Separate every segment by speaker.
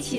Speaker 1: 起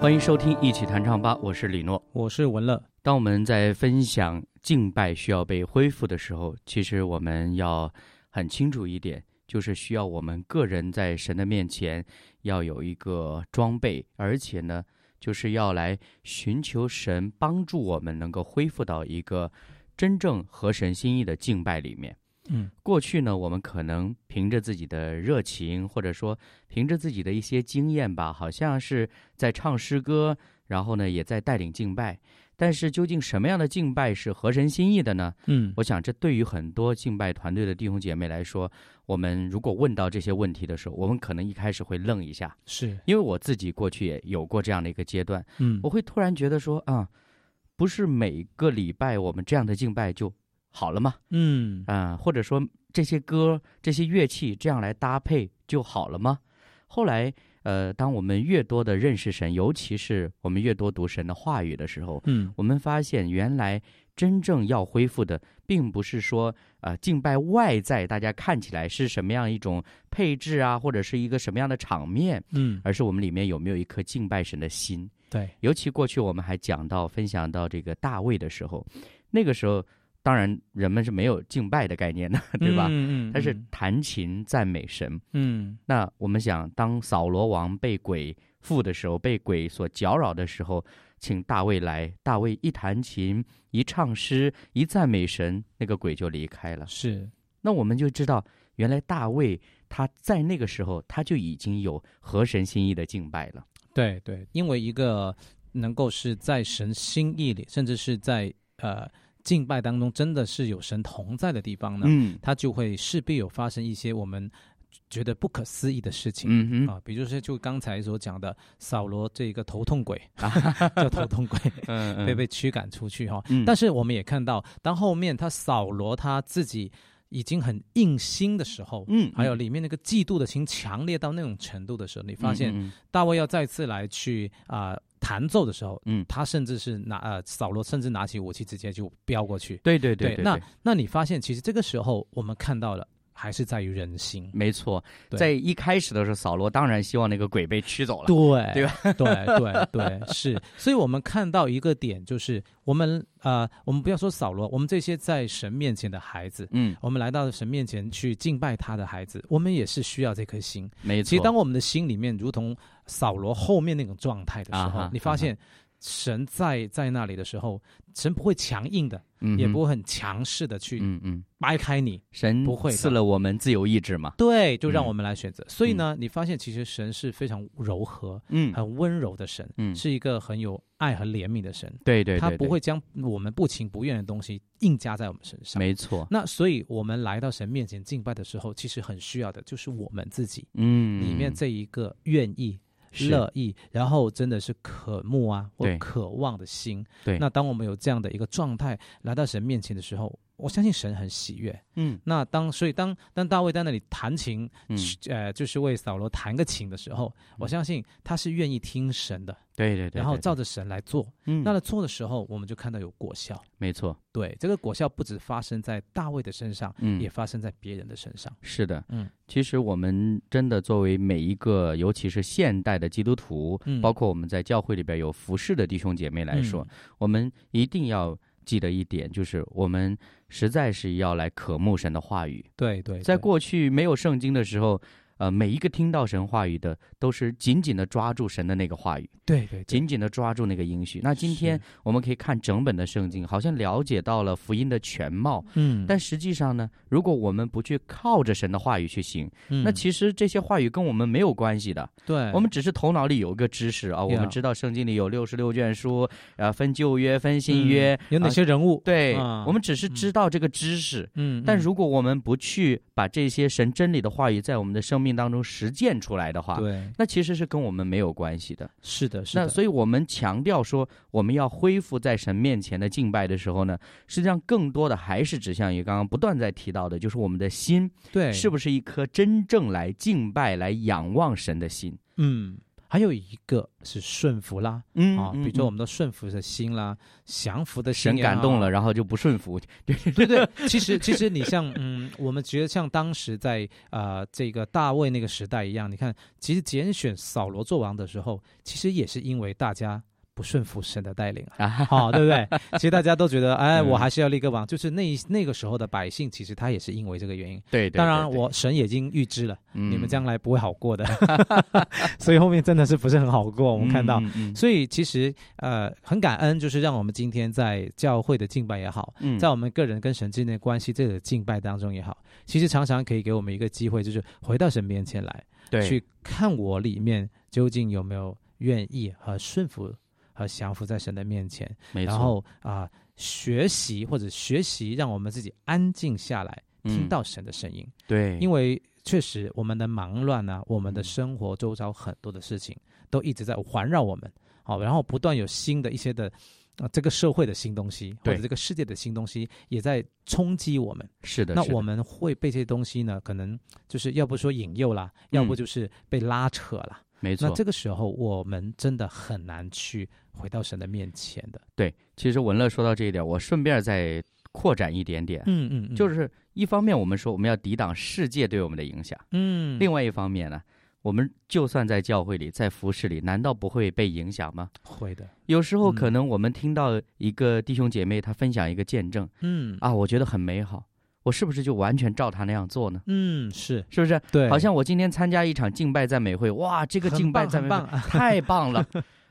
Speaker 2: 欢迎收听《一起弹唱吧》，我是李诺。
Speaker 3: 我是文乐，
Speaker 2: 当我们在分享敬拜需要被恢复的时候，其实我们要很清楚一点，就是需要我们个人在神的面前要有一个装备，而且呢，就是要来寻求神帮助我们能够恢复到一个真正合神心意的敬拜里面。
Speaker 3: 嗯，
Speaker 2: 过去呢，我们可能凭着自己的热情，或者说凭着自己的一些经验吧，好像是在唱诗歌，然后呢，也在带领敬拜。但是，究竟什么样的敬拜是合神心意的呢？
Speaker 3: 嗯，
Speaker 2: 我想，这对于很多敬拜团队的弟兄姐妹来说，我们如果问到这些问题的时候，我们可能一开始会愣一下，
Speaker 3: 是，
Speaker 2: 因为我自己过去也有过这样的一个阶段，
Speaker 3: 嗯
Speaker 2: 我会突然觉得说，啊、不是每个礼拜我们这样的敬拜就好了吗？
Speaker 3: 嗯
Speaker 2: 啊、或者说这些歌、这些乐器这样来搭配就好了吗？后来，呃，当我们越多的认识神，尤其是我们越多读神的话语的时候，
Speaker 3: 嗯
Speaker 2: 我们发现原来真正要恢复的，并不是说呃敬拜外在大家看起来是什么样一种配置啊，或者是一个什么样的场面，
Speaker 3: 嗯，
Speaker 2: 而是我们里面有没有一颗敬拜神的心。
Speaker 3: 对，
Speaker 2: 尤其过去我们还讲到分享到这个大卫的时候，那个时候当然人们是没有敬拜的概念的， 对吧？
Speaker 3: 嗯嗯，
Speaker 2: 他是
Speaker 3: 嗯
Speaker 2: 弹琴赞美神。
Speaker 3: 嗯
Speaker 2: 那我们想，当扫罗王被鬼附的时候，被鬼所搅扰的时候，请大卫来。大卫一弹琴，一唱诗，一赞美神，那个鬼就离开了。
Speaker 3: 是，
Speaker 2: 那我们就知道，原来大卫他在那个时候他就已经有合神心意的敬拜了。
Speaker 3: 对对，因为一个能够是在神心意里，甚至是在呃敬拜当中，真的是有神同在的地方呢，
Speaker 2: 嗯
Speaker 3: 它就会势必有发生一些我们觉得不可思议的事情。
Speaker 2: 嗯哼
Speaker 3: 啊，比如说就刚才所讲的扫罗这个头痛 鬼，叫头痛鬼，
Speaker 2: 嗯嗯
Speaker 3: 被被驱赶出去哈、
Speaker 2: 嗯
Speaker 3: 但是我们也看到，当后面他扫罗他自己已经很硬心的时候，
Speaker 2: 嗯，
Speaker 3: 还有
Speaker 2: 嗯
Speaker 3: 里面那个嫉妒的情强烈到那种程度的时候，你发现
Speaker 2: 嗯嗯
Speaker 3: 大卫要再次来去啊、弹奏的时候，
Speaker 2: 嗯
Speaker 3: 他甚至是拿呃扫罗甚至拿起武器直接就飙过去。
Speaker 2: 对对对
Speaker 3: 那那你发现其实这个时候我们看到了还是在于人心，
Speaker 2: 没错，
Speaker 3: 对
Speaker 2: 在一开始的时候，扫罗当然希望那个鬼被驱走了。
Speaker 3: 对
Speaker 2: 对
Speaker 3: 吧？ 对对对，是。所以我们看到一个点，就是我们呃，我们不要说扫罗，我们这些在神面前的孩子，
Speaker 2: 嗯，
Speaker 3: 我们来到神面前去敬拜他的孩子，我们也是需要这颗心。
Speaker 2: 没错。
Speaker 3: 其实，当我们的心里面如同扫罗后面那种状态的时
Speaker 2: 啊
Speaker 3: 候，
Speaker 2: 哈
Speaker 3: 你发现神在在那里的时候，神不会强硬的，
Speaker 2: 嗯哼
Speaker 3: 也不会很强势的去
Speaker 2: 嗯嗯，
Speaker 3: 掰开你。
Speaker 2: 神
Speaker 3: 不会的
Speaker 2: 赐了我们自由意志嘛。
Speaker 3: 对，就
Speaker 2: 嗯
Speaker 3: 让我们来选择。所以呢，你发现其实神是非常柔和、
Speaker 2: 嗯，
Speaker 3: 很温柔的神，
Speaker 2: 嗯
Speaker 3: 是一个很有爱和怜悯的神，
Speaker 2: 对对对，
Speaker 3: 他
Speaker 2: 对
Speaker 3: 不会，将我们不情不愿的东西硬加在我们身上。
Speaker 2: 没错。
Speaker 3: 那所以，我们来到神面前敬拜的时候，其实很需要的就是我们自己
Speaker 2: 嗯，
Speaker 3: 里面这一个愿意、
Speaker 2: 是
Speaker 3: 乐意，然后真的是渴慕啊或
Speaker 2: 对
Speaker 3: 渴望的心。
Speaker 2: 对
Speaker 3: 那当我们有这样的一个状态来到神面前的时候，我相信神很喜悦。
Speaker 2: 嗯
Speaker 3: 那当所以当当大卫在那里弹琴，
Speaker 2: 嗯，
Speaker 3: 呃，就是为扫罗弹个琴的时候，我相信他是愿意听神的，
Speaker 2: 对对对，
Speaker 3: 然后
Speaker 2: 对
Speaker 3: 照着神来做。
Speaker 2: 嗯，
Speaker 3: 那做的时候，我们就看到有果效。
Speaker 2: 没错，
Speaker 3: 对，这个果效不止发生在大卫的身上，
Speaker 2: 嗯
Speaker 3: 也发生在别人的身上。
Speaker 2: 是的，
Speaker 3: 嗯，
Speaker 2: 其实我们真的作为每一个，尤其是现代的基督徒，
Speaker 3: 嗯
Speaker 2: 包括我们在教会里边有服侍的弟兄姐妹来说，我们一定要记得一点，就是我们实在是要来渴慕神的话语。
Speaker 3: 对对，
Speaker 2: 在
Speaker 3: 对
Speaker 2: 过去没有圣经的时候，呃，每一个听到神话语的，都是紧紧的抓住神的那个话语，
Speaker 3: 对对对
Speaker 2: 紧紧的抓住那个应许。那今天
Speaker 3: 是
Speaker 2: 我们可以看整本的圣经，好像了解到了福音的全貌。
Speaker 3: 嗯，
Speaker 2: 但实际上呢，如果我们不去靠着神的话语去行，那
Speaker 3: 那
Speaker 2: 其实这些话语跟我们没有关系的。
Speaker 3: 嗯对嗯
Speaker 2: 我们只是头脑里有一个知识啊，我们
Speaker 3: Yeah
Speaker 2: 知道圣经里有六十六卷书，呃，分旧约、分新约
Speaker 3: 嗯，有哪
Speaker 2: 啊
Speaker 3: 些人物？
Speaker 2: 对，
Speaker 3: 啊
Speaker 2: 我们只是知道这个知识，
Speaker 3: 嗯，
Speaker 2: 但
Speaker 3: 嗯
Speaker 2: 如果我们不去把这些神真理的话语在我们的生命当中实践出来的话，
Speaker 3: 对，
Speaker 2: 那其实是跟我们没有关系的。
Speaker 3: 是的，是
Speaker 2: 那
Speaker 3: 的，
Speaker 2: 所以我们强调说，我们要恢复在神面前的敬拜的时候呢，实际上更多的还是指向于刚刚不断在提到的，就是我们的心
Speaker 3: 对，
Speaker 2: 是不是一颗真正来敬拜、来仰望神的心。
Speaker 3: 嗯，还有一个是顺服啦，
Speaker 2: 嗯
Speaker 3: 啊，比如说我
Speaker 2: 们
Speaker 3: 们的顺服的心啦，降服的心
Speaker 2: 神
Speaker 3: 也
Speaker 2: 感动
Speaker 3: 好
Speaker 2: 了，然后就不顺服，
Speaker 3: 对对，其实其实你像嗯，我们觉得像当时在呃这个大卫那个时代一样，你看，其实拣选扫罗做王的时候，其实也是因为大家不顺服神的带领啊。 好、对不对？其实大家都觉得，哎，我
Speaker 2: 嗯
Speaker 3: 还是要立个王。就是那一那个时候的百姓，其实他也是因为这个原因。
Speaker 2: 对对嗯
Speaker 3: 当然，我神已经预知了，
Speaker 2: 你
Speaker 3: 你们将来不会好 过的， 所以后面真的是不是很好过。我们看
Speaker 2: 嗯
Speaker 3: 到，，所以其实呃很感恩，就是让我们今天在教会的敬拜也好，
Speaker 2: 以
Speaker 3: 在我们个人跟神之间的关系这个敬拜当中也好，其实常常可以给我们一个机会，就是回到神面前来，
Speaker 2: 对
Speaker 3: 去看我里面究竟有没有愿意和顺服和降服在神的面前，
Speaker 2: 没错
Speaker 3: 然后啊、学习或者学习，让我们自己安静下来，听
Speaker 2: 嗯
Speaker 3: 到神的声音，
Speaker 2: 对，
Speaker 3: 因
Speaker 2: 为
Speaker 3: 为确实我们的忙乱呢、我们的
Speaker 2: 嗯
Speaker 3: 生活周遭很多的事情都一直在环绕我们，好、然后不断有新的一些的。啊，这个社会的新东西，或者
Speaker 2: 对
Speaker 3: 这个世界的新东西，也在冲击我们。
Speaker 2: 是的，
Speaker 3: 那
Speaker 2: 是的
Speaker 3: 我们会被这些东西呢，可能就是要不说引诱啦，要
Speaker 2: 嗯
Speaker 3: 不就是被拉扯啦。
Speaker 2: 没错
Speaker 3: 那，这个时候，我们真的很难去回到神的面前的。
Speaker 2: 对，其实文乐说到这一点，我顺便再扩展一点点，
Speaker 3: 嗯嗯，嗯
Speaker 2: 就是一方面我们说我们要抵挡世界对我们的影响，
Speaker 3: 嗯，
Speaker 2: 另外一方面呢，我们就算在教会里、在服饰里，难道不会被影响吗？
Speaker 3: 会的，
Speaker 2: 有时候
Speaker 3: 嗯
Speaker 2: 可能我们听到一个弟兄姐妹他分享一个见证
Speaker 3: 嗯
Speaker 2: 啊，我觉得很美好，我是不是就完全照他那样做呢？
Speaker 3: 嗯是
Speaker 2: 是不是？
Speaker 3: 对，
Speaker 2: 好像我今天参加一场敬拜赞美会，哇，这个
Speaker 3: 很
Speaker 2: 敬拜
Speaker 3: 棒
Speaker 2: 赞美会
Speaker 3: 很棒
Speaker 2: 太棒了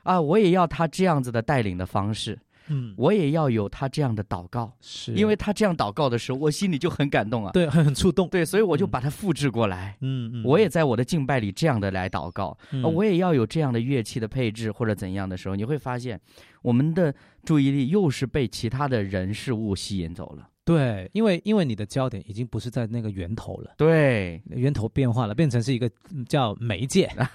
Speaker 2: 啊！我也要他这样子的带领的方式，
Speaker 3: 嗯
Speaker 2: 我也要有他这样的祷告，
Speaker 3: 是
Speaker 2: 因为他这样祷告的时候，我心里就很感动啊。
Speaker 3: 对很很触动，
Speaker 2: 对，所以我就
Speaker 3: 嗯
Speaker 2: 把它复制过来。
Speaker 3: 嗯嗯，
Speaker 2: 我也在我的敬拜里这样的来祷告，
Speaker 3: 嗯
Speaker 2: 啊我也要有这样的乐器的配置或者怎样的时候，你会发现我们的注意力又是被其他的人事物吸引走了。
Speaker 3: 对，因为因为你的焦点已经不是在那个源头了。
Speaker 2: 对
Speaker 3: 源头变化了，变成是一个嗯叫媒介，
Speaker 2: 啊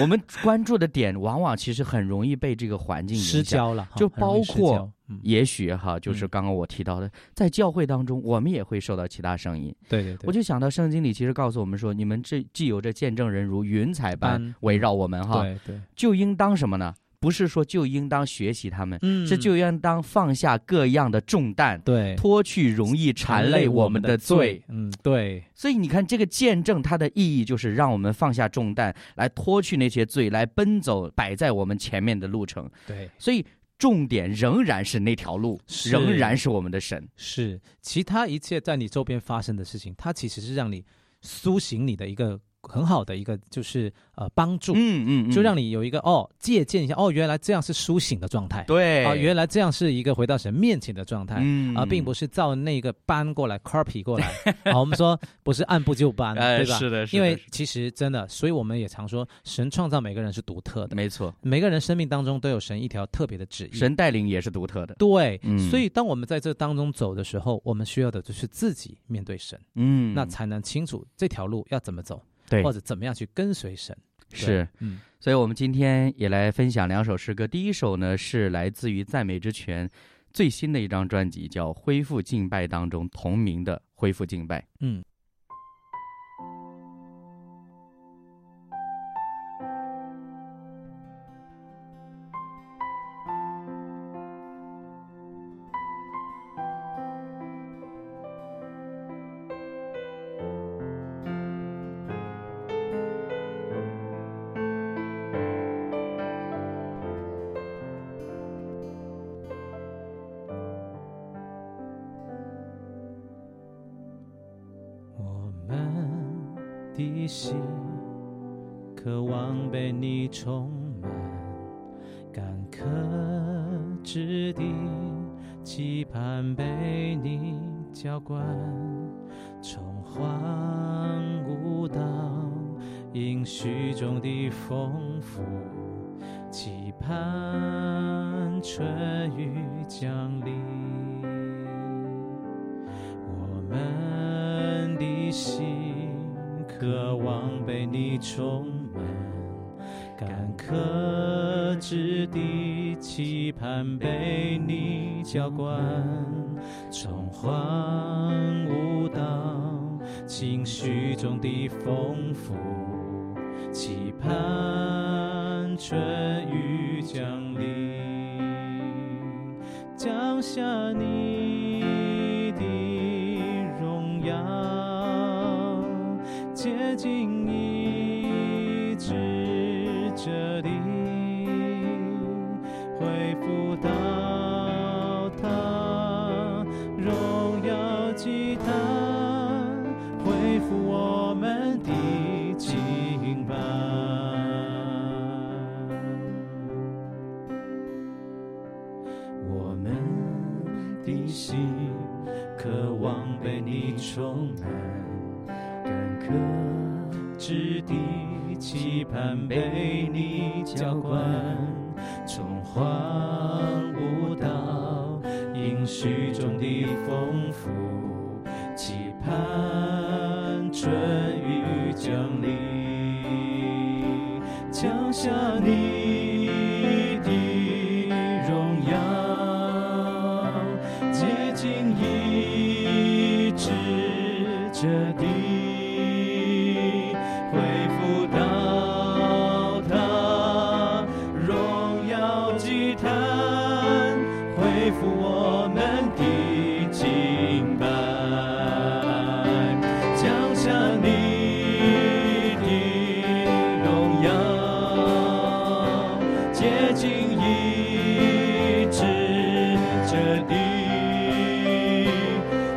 Speaker 2: 我们关注的点，往往其实很容易被这个环境
Speaker 3: 失
Speaker 2: 影响。
Speaker 3: 焦了，哈
Speaker 2: 就
Speaker 3: 很容易
Speaker 2: 包
Speaker 3: 失
Speaker 2: 括
Speaker 3: 焦嗯，
Speaker 2: 也许哈，就是
Speaker 3: 嗯
Speaker 2: 刚刚我提到的，在教会当中，我们也会受到其他声音。
Speaker 3: 对对对，
Speaker 2: 我就想到圣经里其实告诉我们说，你们这既有这见证人如云彩般
Speaker 3: 般嗯
Speaker 2: 围绕我们哈，
Speaker 3: 对对，
Speaker 2: 就应当什么呢？不是说就应当学习他们，
Speaker 3: 嗯
Speaker 2: 是就应当放下各样的重担，
Speaker 3: 对
Speaker 2: 脱去容易缠累我们的罪。，
Speaker 3: 嗯，对，
Speaker 2: 所以你看，这个见证它的意义就是让我们放下重担，来脱去那些罪，来奔走摆在我们前面的路程。
Speaker 3: 对，
Speaker 2: 所以重点仍然是那条路，
Speaker 3: 是
Speaker 2: 仍然是我们的神。
Speaker 3: 是其他一切在你周边发生的事情，它其实是让你苏醒你的一个很好的一个就是呃帮助，
Speaker 2: 嗯嗯嗯，
Speaker 3: 就让
Speaker 2: 你
Speaker 3: 你有一个哦借鉴一下，哦原来这样是苏醒的状态，
Speaker 2: 对
Speaker 3: 啊、原来这样是一个回到神面前的状态。
Speaker 2: 哎
Speaker 3: 啊
Speaker 2: 嗯
Speaker 3: 而并不
Speaker 2: 是
Speaker 3: 是照那个搬过来 copy 过来，啊，我们说不是按部就班，对吧？
Speaker 2: 哎是的，
Speaker 3: 因为其实真的，所以我们也常说，神创造每个人是独特的，
Speaker 2: 没错，
Speaker 3: 每个人生命当中都有神一条特别的旨意。
Speaker 2: 嗯神带领也是独特的。
Speaker 3: 对，
Speaker 2: 嗯
Speaker 3: 所以当我们在这当中走的时候，我们需要的就是自己面对神，
Speaker 2: 嗯，
Speaker 3: 那才能清楚这条路要怎么走，
Speaker 2: 对
Speaker 3: 或者怎么样去跟随神。对
Speaker 2: 是。，
Speaker 3: 嗯，
Speaker 2: 所以我们今天也来分享两首诗歌。第一首呢是来自于赞美之泉最新的一张专辑，叫《恢复敬拜》当中同名的《恢复敬拜》。
Speaker 3: 嗯。我们的心渴望被你充满，干渴之地期盼被你浇灌，从荒芜到应许中的丰富，期盼春雨降临。我们的心渴渴望被你充满，干渴之地期盼被你浇灌，从荒芜到情绪中的丰富，期盼春雨降临，降下你的荣耀，接近医治这里，恢复到他荣耀祭坛，恢复我们的敬拜。我们的心渴望被你充满，干渴之地期盼被你浇灌，从荒芜到应许中的丰富，期盼春雨降临，降下你的荣耀。竭尽医治这地，恢复到他荣耀祭坛，恢复我们的敬拜，降下你的荣耀，竭尽医治这地。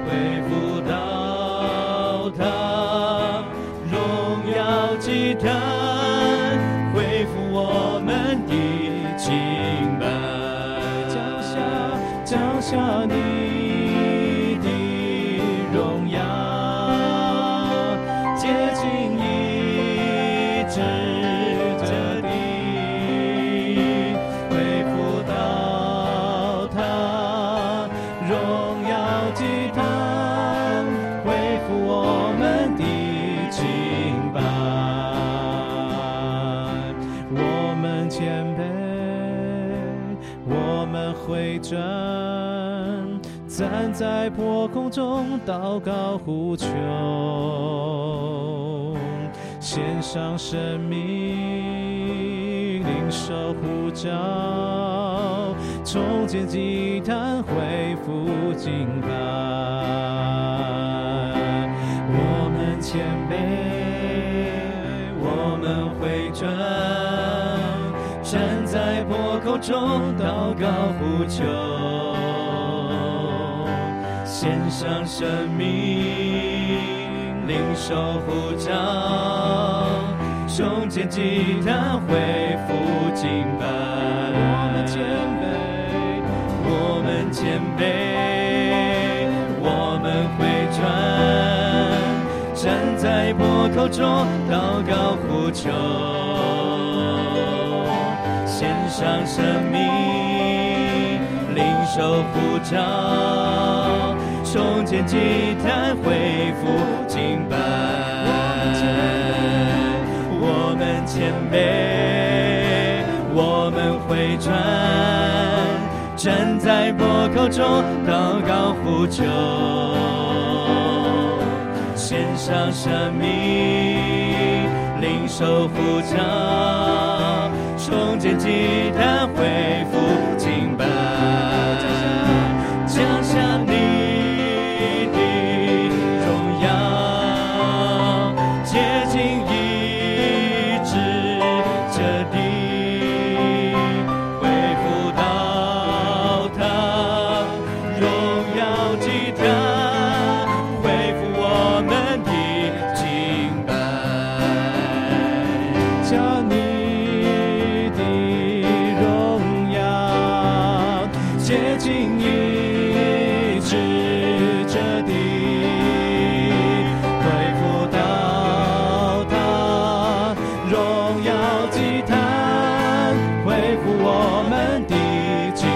Speaker 3: 恢复到他荣耀祭坛，恢复我们的敬拜，降下降下你的荣耀，接近一直这地，恢复到他荣耀祭坛，恢复我们的敬拜。我们谦卑，我们会转，站在破空中祷告呼求，献上生命，领受呼召。重建祭坛，恢复敬拜。我们谦卑，我们会转，站在破口中祷告呼求，献上生命，领受呼召。胸前祭坛恢复敬拜。我们谦卑，我们谦卑，我们会转，站在破口中祷告呼求，献上生命，领受呼召，胸前祭坛恢复敬拜。我们谦卑，我们会转，站在破口中祷告呼求，献上生命，领受呼召，重建祭坛，恢复敬拜。降下你的荣耀，竭尽医治这地，恢复到他荣耀祭坛，恢复我们的敬拜。将你的荣耀接近一直这地，恢复到他荣耀祭坛，恢复我们的敬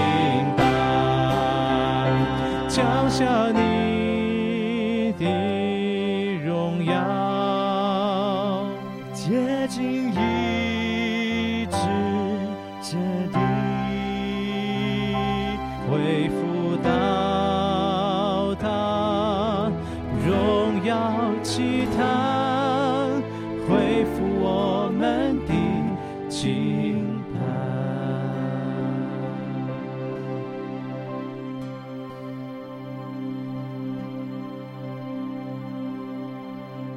Speaker 3: 拜，降下你的荣耀。
Speaker 4: 恢复到他荣耀祭坛，恢复我们的敬拜。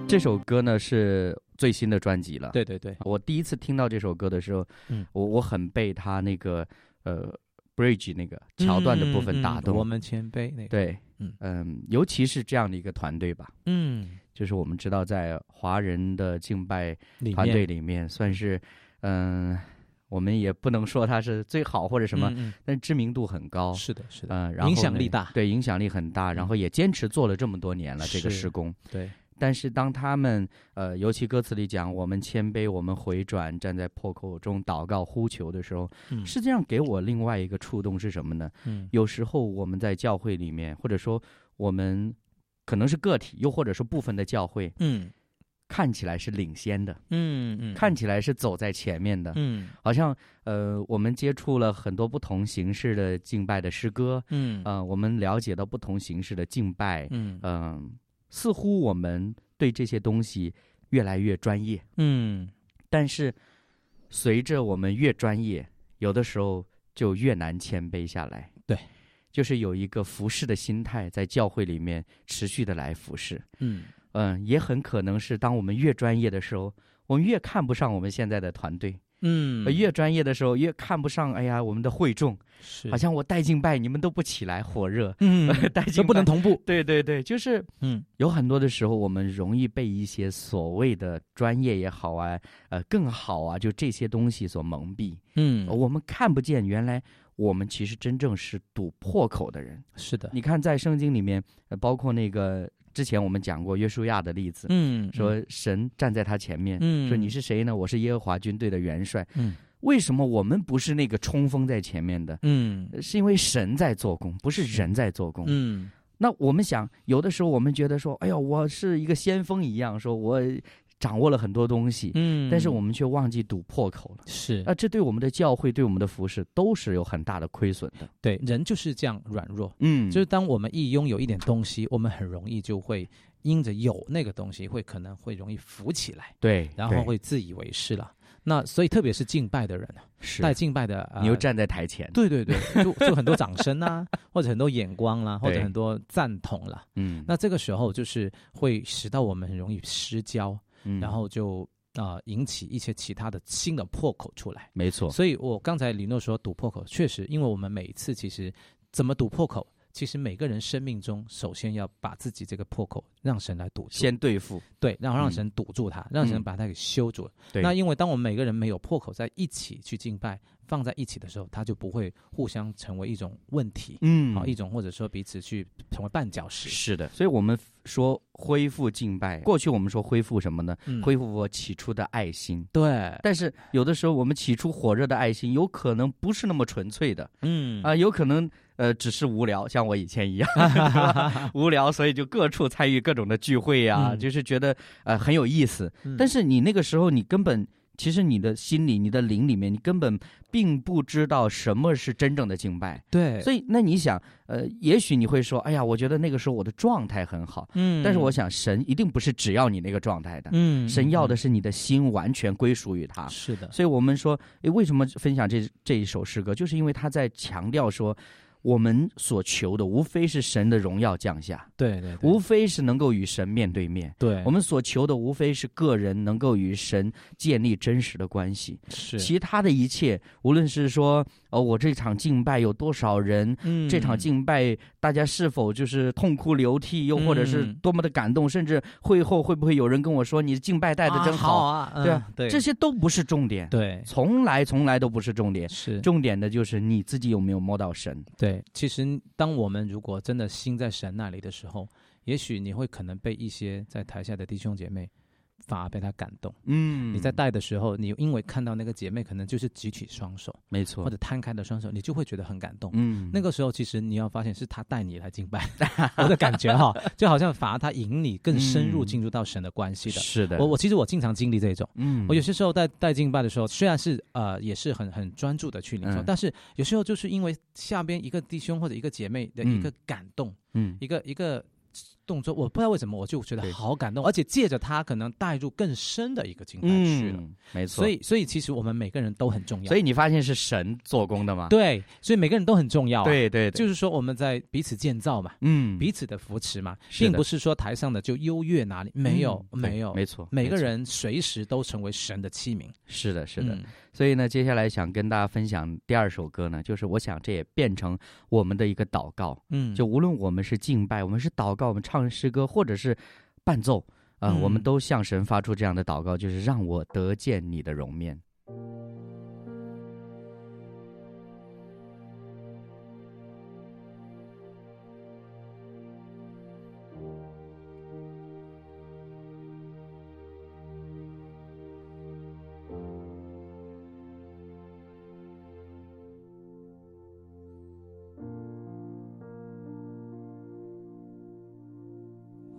Speaker 2: 这首歌呢是最新的专辑了。，
Speaker 3: 对对对，
Speaker 2: 我第一次听到这首歌的时候，
Speaker 3: 嗯
Speaker 2: 我我很被他那个呃 bridge 那个桥段的部分打
Speaker 3: 嗯嗯嗯
Speaker 2: 动。
Speaker 3: 我们前辈那个，
Speaker 2: 对，
Speaker 3: 嗯
Speaker 2: 嗯，尤其是这样的一个团队吧，
Speaker 3: 嗯，
Speaker 2: 就是我们知道在华人的敬拜
Speaker 3: 里
Speaker 2: 团
Speaker 3: 面
Speaker 2: 队里面，算是嗯、我们也不能说它是最好或者什么，
Speaker 3: 嗯嗯
Speaker 2: 但知名度很高。
Speaker 3: 是的，是的，
Speaker 2: 嗯、然后
Speaker 3: 影响
Speaker 2: 呢
Speaker 3: 力大嗯
Speaker 2: 对，影响力很大，然后也坚持做了这么多年了这个
Speaker 3: 是
Speaker 2: 施工。
Speaker 3: 对，
Speaker 2: 但是当他们呃，尤其歌词里讲我们谦卑，我们回转，站在破口中祷告呼求的时候，
Speaker 3: 嗯
Speaker 2: 实际上给我另外一个触动是什么呢？
Speaker 3: 嗯
Speaker 2: 有时候我们在教会里面，或者说我们可能是个体，又或者说部分的教会，
Speaker 3: 嗯
Speaker 2: 看起来是领先的，
Speaker 3: 嗯嗯，
Speaker 2: 看起来是走在前面的，
Speaker 3: 嗯
Speaker 2: 好像呃，我们接触了很多不同形式的敬拜的诗歌，
Speaker 3: 嗯
Speaker 2: 呃，我们了解到不同形式的敬拜，
Speaker 3: 嗯
Speaker 2: 嗯、似乎我们对这些东西越来越专业，
Speaker 3: 嗯
Speaker 2: 但是随着我们越专业，有的时候就越难谦卑下来。
Speaker 3: 对，
Speaker 2: 就是有一个服侍的心态，在教会里面持续的来服侍。
Speaker 3: 嗯
Speaker 2: 嗯，也很可能是当我们越专业的时候，我们越看不上我们现在的团队；
Speaker 3: 嗯
Speaker 2: 呃，越专业的时候，越看不上。哎呀，我们的会众，
Speaker 3: 是
Speaker 2: 好像我带敬拜，你们都不起来火热。
Speaker 3: 嗯
Speaker 2: 带
Speaker 3: 这
Speaker 2: 敬
Speaker 3: 不能
Speaker 2: 拜
Speaker 3: 同步，
Speaker 2: 对对对，就是
Speaker 3: 嗯
Speaker 2: 有很多的时候，我们容易被一些所谓的专业也好啊，呃，更好啊，就这些东西所蒙蔽，
Speaker 3: 嗯
Speaker 2: 我们看不见原来我们其实真正是堵破口的人。
Speaker 3: 是的，
Speaker 2: 你看，在圣经里面，呃包括那个之前我们讲过约书亚的例子，
Speaker 3: 嗯
Speaker 2: 说神站在他前面，
Speaker 3: 嗯
Speaker 2: 说你是谁呢？我是耶和华军队的元帅。
Speaker 3: 嗯
Speaker 2: 为什么我们不是那个冲锋在前面的？
Speaker 3: 嗯
Speaker 2: 呃是因为神在做工，不是
Speaker 3: 是
Speaker 2: 人在做工。
Speaker 3: 嗯
Speaker 2: 那我们想，有的时候我们觉得说，哎呀，我是一个先锋一样，说我掌握了很多东西，
Speaker 3: 嗯，
Speaker 2: 但是我们呃却忘记堵破口了。
Speaker 3: 是
Speaker 2: 那、这对我们的教会、对我们的服饰都是有很大的亏损的。
Speaker 3: 对人就是这样软弱，
Speaker 2: 嗯
Speaker 3: 就是当我们一拥有一点东西，我们很容易就会因着有那个东西，会可能会容易浮起来，
Speaker 2: 对，
Speaker 3: 然
Speaker 2: 对
Speaker 3: 后会自以为是了。那所以特别是敬拜的人啊，
Speaker 2: 是
Speaker 3: 带敬拜的，呃、
Speaker 2: 你又站在台前，
Speaker 3: 对对对，就 就很多掌声啊， 或者很多眼光啦、或者
Speaker 2: 对
Speaker 3: 很多赞同啦。
Speaker 2: 嗯，
Speaker 3: 那这个时候就是会使到我们很容易失焦，
Speaker 2: 嗯
Speaker 3: 然后就啊、呃引起一些其他的新的破口出来。
Speaker 2: 没错，
Speaker 3: 所以我刚才李诺说堵破口，确实，因为我们每一次其实怎么堵破口，其实每个人生命中首先要把自己这个破口让神来堵住，
Speaker 2: 先对付，
Speaker 3: 对，然后让
Speaker 2: 嗯
Speaker 3: 神堵住它，让神
Speaker 2: 嗯
Speaker 3: 把它给修住。
Speaker 2: 对
Speaker 3: 那因为当我们每个人没有破口在一起去敬拜，放在一起的时候，它就不会互相成为一种问题。
Speaker 2: 嗯
Speaker 3: 好、一种或者说彼此去成为绊脚石，
Speaker 2: 是的，所以我们说恢复敬拜，过去我们说恢复什么呢？
Speaker 3: 嗯
Speaker 2: 恢复我起初的爱心。
Speaker 3: 对，
Speaker 2: 但是有的时候，我们起初火热的爱心，有可能不是那么纯粹的
Speaker 3: 嗯
Speaker 2: 啊、有可能呃只是无聊，像我以前 一样 是吧无聊，所以就各处参与各种的聚会呀、
Speaker 3: 嗯
Speaker 2: 就是觉得呃很有意思。
Speaker 3: 嗯
Speaker 2: 但是你那个时候，你根本其实你的心里、你的灵里面，你根本并不知道什么是真正的敬拜。
Speaker 3: 对，
Speaker 2: 所
Speaker 3: 以
Speaker 2: 以，那你想，呃，也许你会说，哎呀，我觉得那个时候我的状态很好，
Speaker 3: 嗯
Speaker 2: 但是我想，神一定不是只要你那个状态的，
Speaker 3: 嗯，
Speaker 2: 神要的
Speaker 3: 嗯
Speaker 2: 是啊你的心完全归属于他。
Speaker 3: 是的，
Speaker 2: 所以我们说，诶，为什么分享这这一首诗歌，就是因为他在强调说，我们所求的无非是神的荣耀降下，
Speaker 3: 对对对
Speaker 2: 无非是能够与神面对面。
Speaker 3: 对，
Speaker 2: 我们所求的无非是个人能够与神建立真实的关系，
Speaker 3: 是
Speaker 2: 其他的一切，无论是说，呃，我这场敬拜有多少人，
Speaker 3: 嗯
Speaker 2: 这场敬拜，大家是否就是痛哭流涕，又或者是
Speaker 3: 嗯
Speaker 2: 多么的感动，甚至会后会不会有人跟我说你敬拜带的真
Speaker 3: 啊
Speaker 2: 好？
Speaker 3: 啊，
Speaker 2: 对
Speaker 3: 嗯
Speaker 2: 啊
Speaker 3: 对，
Speaker 2: 这些都不是重点，
Speaker 3: 对
Speaker 2: 从来从来都不是重点，
Speaker 3: 是
Speaker 2: 重点的就是你自己有没有摸到神。
Speaker 3: 对，其实当我们如果真的心在神那里的时候，也许你会可能被一些在台下的弟兄姐妹反而被他感动。
Speaker 2: 嗯，
Speaker 3: 你在带的时候，你因为看到那个姐妹可能就是举起双手
Speaker 2: 没
Speaker 3: 或
Speaker 2: 错
Speaker 3: 者，摊开的双手，你就会觉得很感动。
Speaker 2: 嗯，
Speaker 3: 嗯那个时候，其实你要发现是他带你来敬拜， 我的感觉哈，就好像反而他引你更深入
Speaker 2: 嗯
Speaker 3: 进入到神的关系的。
Speaker 2: 是的，
Speaker 3: 我我其实我经常经历这种，
Speaker 2: 嗯，
Speaker 3: 我有些时候在带敬拜的时候，虽然是呃也是很很专注的去领受，
Speaker 2: 嗯
Speaker 3: 但是有时候就是因为下边一个弟兄或者一个姐妹的一个
Speaker 2: 嗯
Speaker 3: 感动，
Speaker 2: 嗯
Speaker 3: 一个一个动作，我不知道为什么我就觉
Speaker 2: 对
Speaker 3: 得好感动，而且借着他可能带入更深的一个敬拜去了。
Speaker 2: 嗯，没错，
Speaker 3: 所以所以其实我们每个人都很重要，
Speaker 2: 所
Speaker 3: 以
Speaker 2: 以你发现是神做工的吗？
Speaker 3: 对，所以每个人都很重要、啊。，
Speaker 2: 对对，对
Speaker 3: 就是说我们在彼此建造嘛。
Speaker 2: 嗯
Speaker 3: 彼此的扶持嘛，
Speaker 2: 是的
Speaker 3: 并不是说台上的就优越哪里，没有，
Speaker 2: 嗯
Speaker 3: 没
Speaker 2: 对
Speaker 3: 有，
Speaker 2: 没错，
Speaker 3: 每个
Speaker 2: 没错
Speaker 3: 人随时都成为神的器皿。
Speaker 2: 是的，是的。
Speaker 3: 嗯
Speaker 2: 所以呢，接下来想跟大家分享第二首歌呢，就是我想这也变成我们的一个祷告，
Speaker 3: 嗯，
Speaker 2: 就无论我们是敬拜，我们是祷告，我们唱诗歌，或者是伴奏，啊、我们
Speaker 3: 嗯
Speaker 2: 都向神发出这样的祷告，就是让我得见你的容面。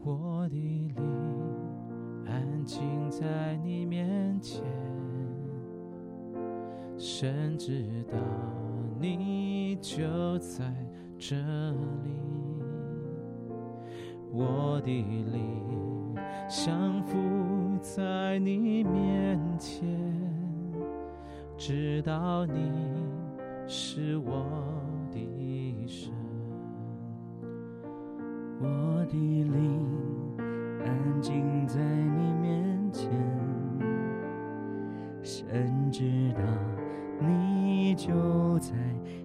Speaker 3: 我的灵安静在你面前，神知道你就在这里。我的灵降服在你面前，知道你是我的神。
Speaker 5: 我的灵安静在你面前，神知道你就在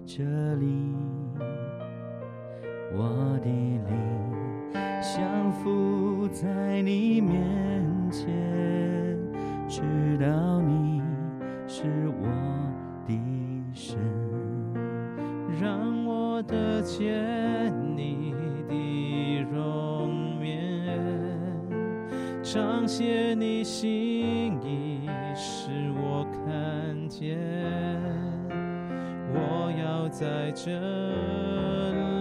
Speaker 5: 这里。我的灵降服在你面前，知道你是我的神。
Speaker 3: 让我得见你的容面，彰显你心意，使我看见。我要在这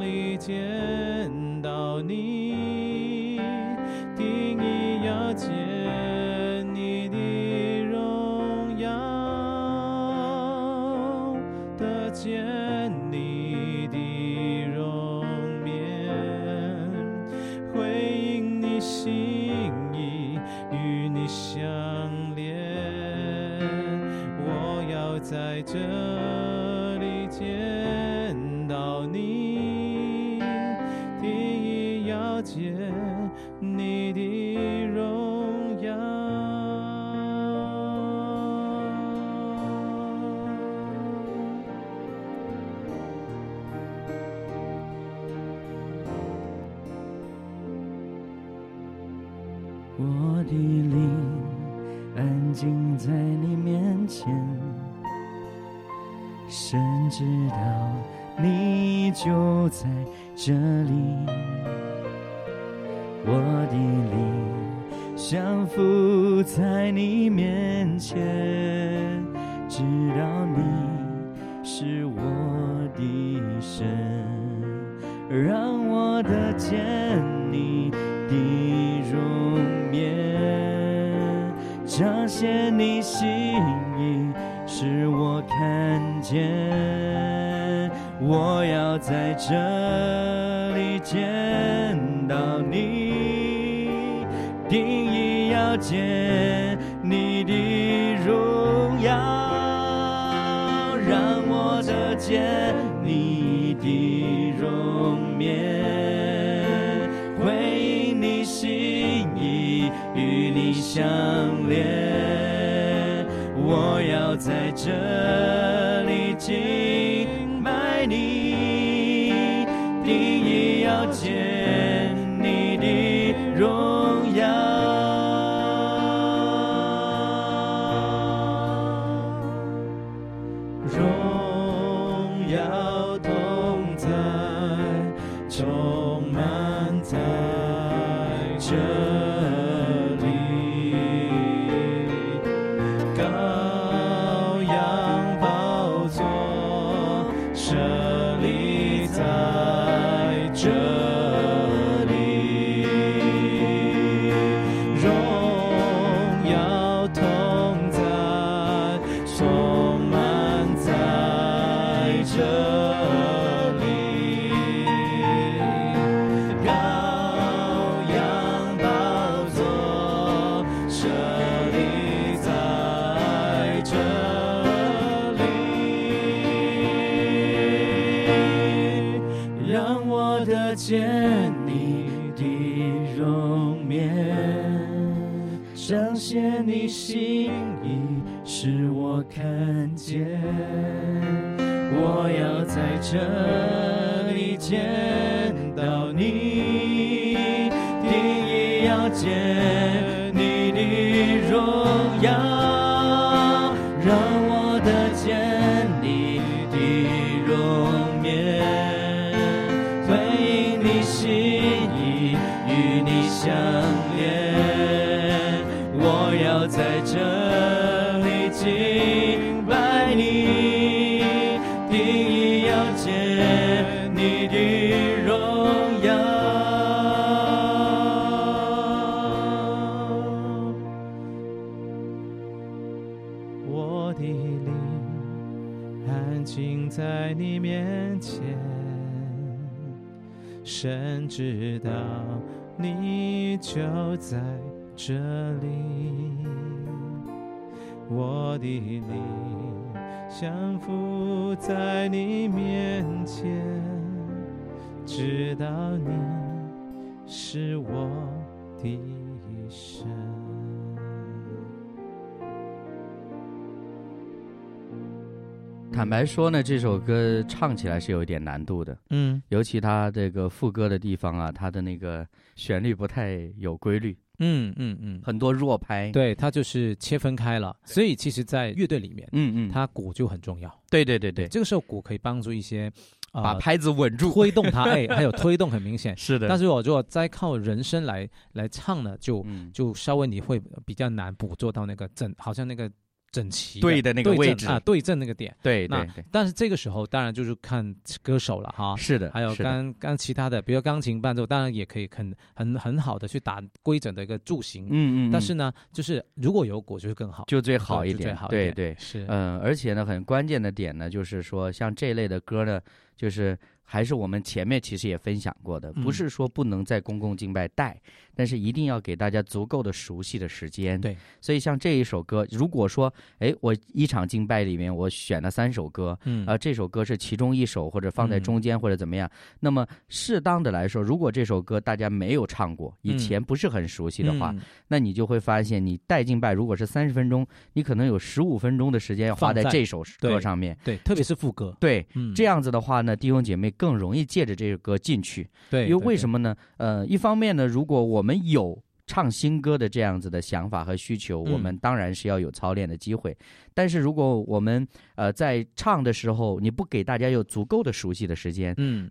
Speaker 3: 里见到你，定义要见你的荣耀。的见你的容面，回应你心意，与你相连。我要在这里见到你，第一要见你的荣耀。
Speaker 5: 我的灵安静在你面前，神知道你就在这里。我的灵降服在你面前，知道你是我的神，让我的见你。的容面，彰显你心意，使我看见。我要在这里见到你，定义要见你的荣耀，让我得见你的容面。回应你心意，与你相连。我要在这里敬拜你，定义要见你的荣耀。
Speaker 3: 荣耀同在，充满在这里。
Speaker 5: 这里，在这里，荣耀同在，充满在这里，羔羊宝座，这里，在这里。让我的见你的容面，彰显你心意，使我看见。我要在这里见到你，定义要见你的荣耀，让我的见你的容面。回应你心意，与你相连。我要在这里敬拜你，定义要见你的荣耀。
Speaker 3: 我的灵安静在你面前，神知道你就在这里。我的灵降服在你面前，知道你是我的神。
Speaker 2: 坦白说呢，这首歌唱起来是有一点难度的，
Speaker 3: 嗯
Speaker 2: 尤其它这个副歌的地方啊，它的那个旋律不太有规律，
Speaker 3: 嗯嗯嗯，
Speaker 2: 很多弱拍。，
Speaker 3: 对，它就是切分开了。所以其实，在乐队里面，
Speaker 2: 嗯嗯，
Speaker 3: 它鼓就很重要。
Speaker 2: 对对对对，
Speaker 3: 这个时候鼓可以帮助一些，
Speaker 2: 把
Speaker 3: 啊，
Speaker 2: 拍子稳住。
Speaker 3: 推 动它，哎，还有推动很明显。
Speaker 2: 是的
Speaker 3: 但是我如果再靠人声来来唱呢，就
Speaker 2: 嗯，
Speaker 3: 就稍微你会比较难捕捉到那个整，好像那个整齐
Speaker 2: 对的那个
Speaker 3: 对
Speaker 2: 位
Speaker 3: 正
Speaker 2: 置
Speaker 3: 啊，对正那个点。
Speaker 2: 对
Speaker 3: 那
Speaker 2: 对对，
Speaker 3: 但是这个时候当然就是看歌手了哈。
Speaker 2: 是的，
Speaker 3: 啊还有
Speaker 2: 是的
Speaker 3: 刚刚其他的，比如钢琴伴奏，当然也可以很很很好的去打规整的一个柱形，
Speaker 2: 嗯嗯，
Speaker 3: 但是
Speaker 2: 嗯
Speaker 3: 呢，就是如果有果就是更好，
Speaker 2: 就最
Speaker 3: 对
Speaker 2: 好一
Speaker 3: 就最
Speaker 2: 点
Speaker 3: 好，一
Speaker 2: 对
Speaker 3: 点
Speaker 2: 对，
Speaker 3: 是，
Speaker 2: 嗯，而且呢，很关键的点呢，就是说像这类的歌呢，就是还是我们前面其实也分享过的，不
Speaker 3: 嗯
Speaker 2: 是说不能在公共敬拜带，但是一定要给大家足够的熟悉的时间。
Speaker 3: 对，
Speaker 2: 所以像这一首歌，如果说，哎，我一场敬拜里面我选了三首歌。
Speaker 3: 嗯
Speaker 2: 啊、这首歌是其中一首，或者放在
Speaker 3: 嗯
Speaker 2: 中间，或者怎么样。那么适当的来说，如果这首歌大家没有唱过，以
Speaker 3: 嗯
Speaker 2: 前不是很熟悉的话，
Speaker 3: 嗯
Speaker 2: 那你就会发现，你带敬拜如果是三十分钟，你可能有十五分钟的时间要花
Speaker 3: 放
Speaker 2: 在
Speaker 3: 在
Speaker 2: 这首歌
Speaker 3: 对
Speaker 2: 上面。
Speaker 3: 对，特别是副歌，
Speaker 2: 对，
Speaker 3: 嗯，
Speaker 2: 这样子的话呢，弟兄姐妹更容易借着这首歌进去。
Speaker 3: 对，
Speaker 2: 因为为什
Speaker 3: 么？
Speaker 2: 么呢？呃，一方面呢，如果我们有唱新歌的这样子的想法和需求，
Speaker 3: 嗯
Speaker 2: 我们当然是要有操练的机会。但是如果我们呃在唱的时候，你不给大家有足够的熟悉的时间，
Speaker 3: 嗯，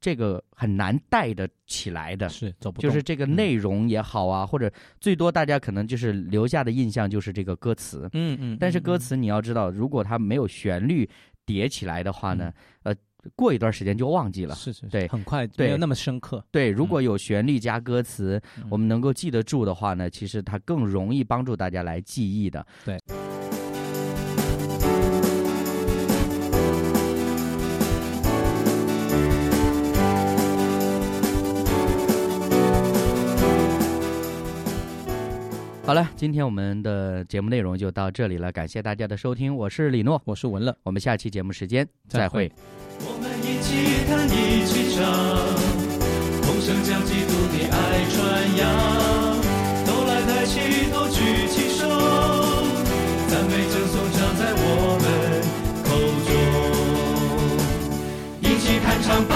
Speaker 2: 这个很难带得起来的。
Speaker 3: 是走不动，嗯
Speaker 2: 就是这个内容也好啊，或者最多大家可能就是留下的印象就是这个歌词，
Speaker 3: 嗯嗯，
Speaker 2: 但是
Speaker 3: 嗯
Speaker 2: 歌
Speaker 3: 嗯
Speaker 2: 词你要知道，如果它没有旋律叠起来的话呢，
Speaker 3: 嗯
Speaker 2: 呃，过一段时间就忘记了。
Speaker 3: 是是，是
Speaker 2: 对
Speaker 3: 很快没
Speaker 2: 对
Speaker 3: 有那么深刻，
Speaker 2: 对，如果有旋律加歌词，
Speaker 3: 嗯
Speaker 2: 我们能够记得住的话呢，其实它更容易帮助大家来记忆的。
Speaker 3: 对。
Speaker 2: 好了，今天我们的节目内容就到这里了，感谢大家的收听，我是李诺，
Speaker 3: 我是文乐，
Speaker 2: 我们下期节目时间
Speaker 3: 再
Speaker 2: 再
Speaker 3: 会
Speaker 2: 会
Speaker 4: 我们一起弹，一起唱，同声将基督的爱传扬。都来抬起头，举起手，赞美赠颂唱在我们口中。一起弹唱吧，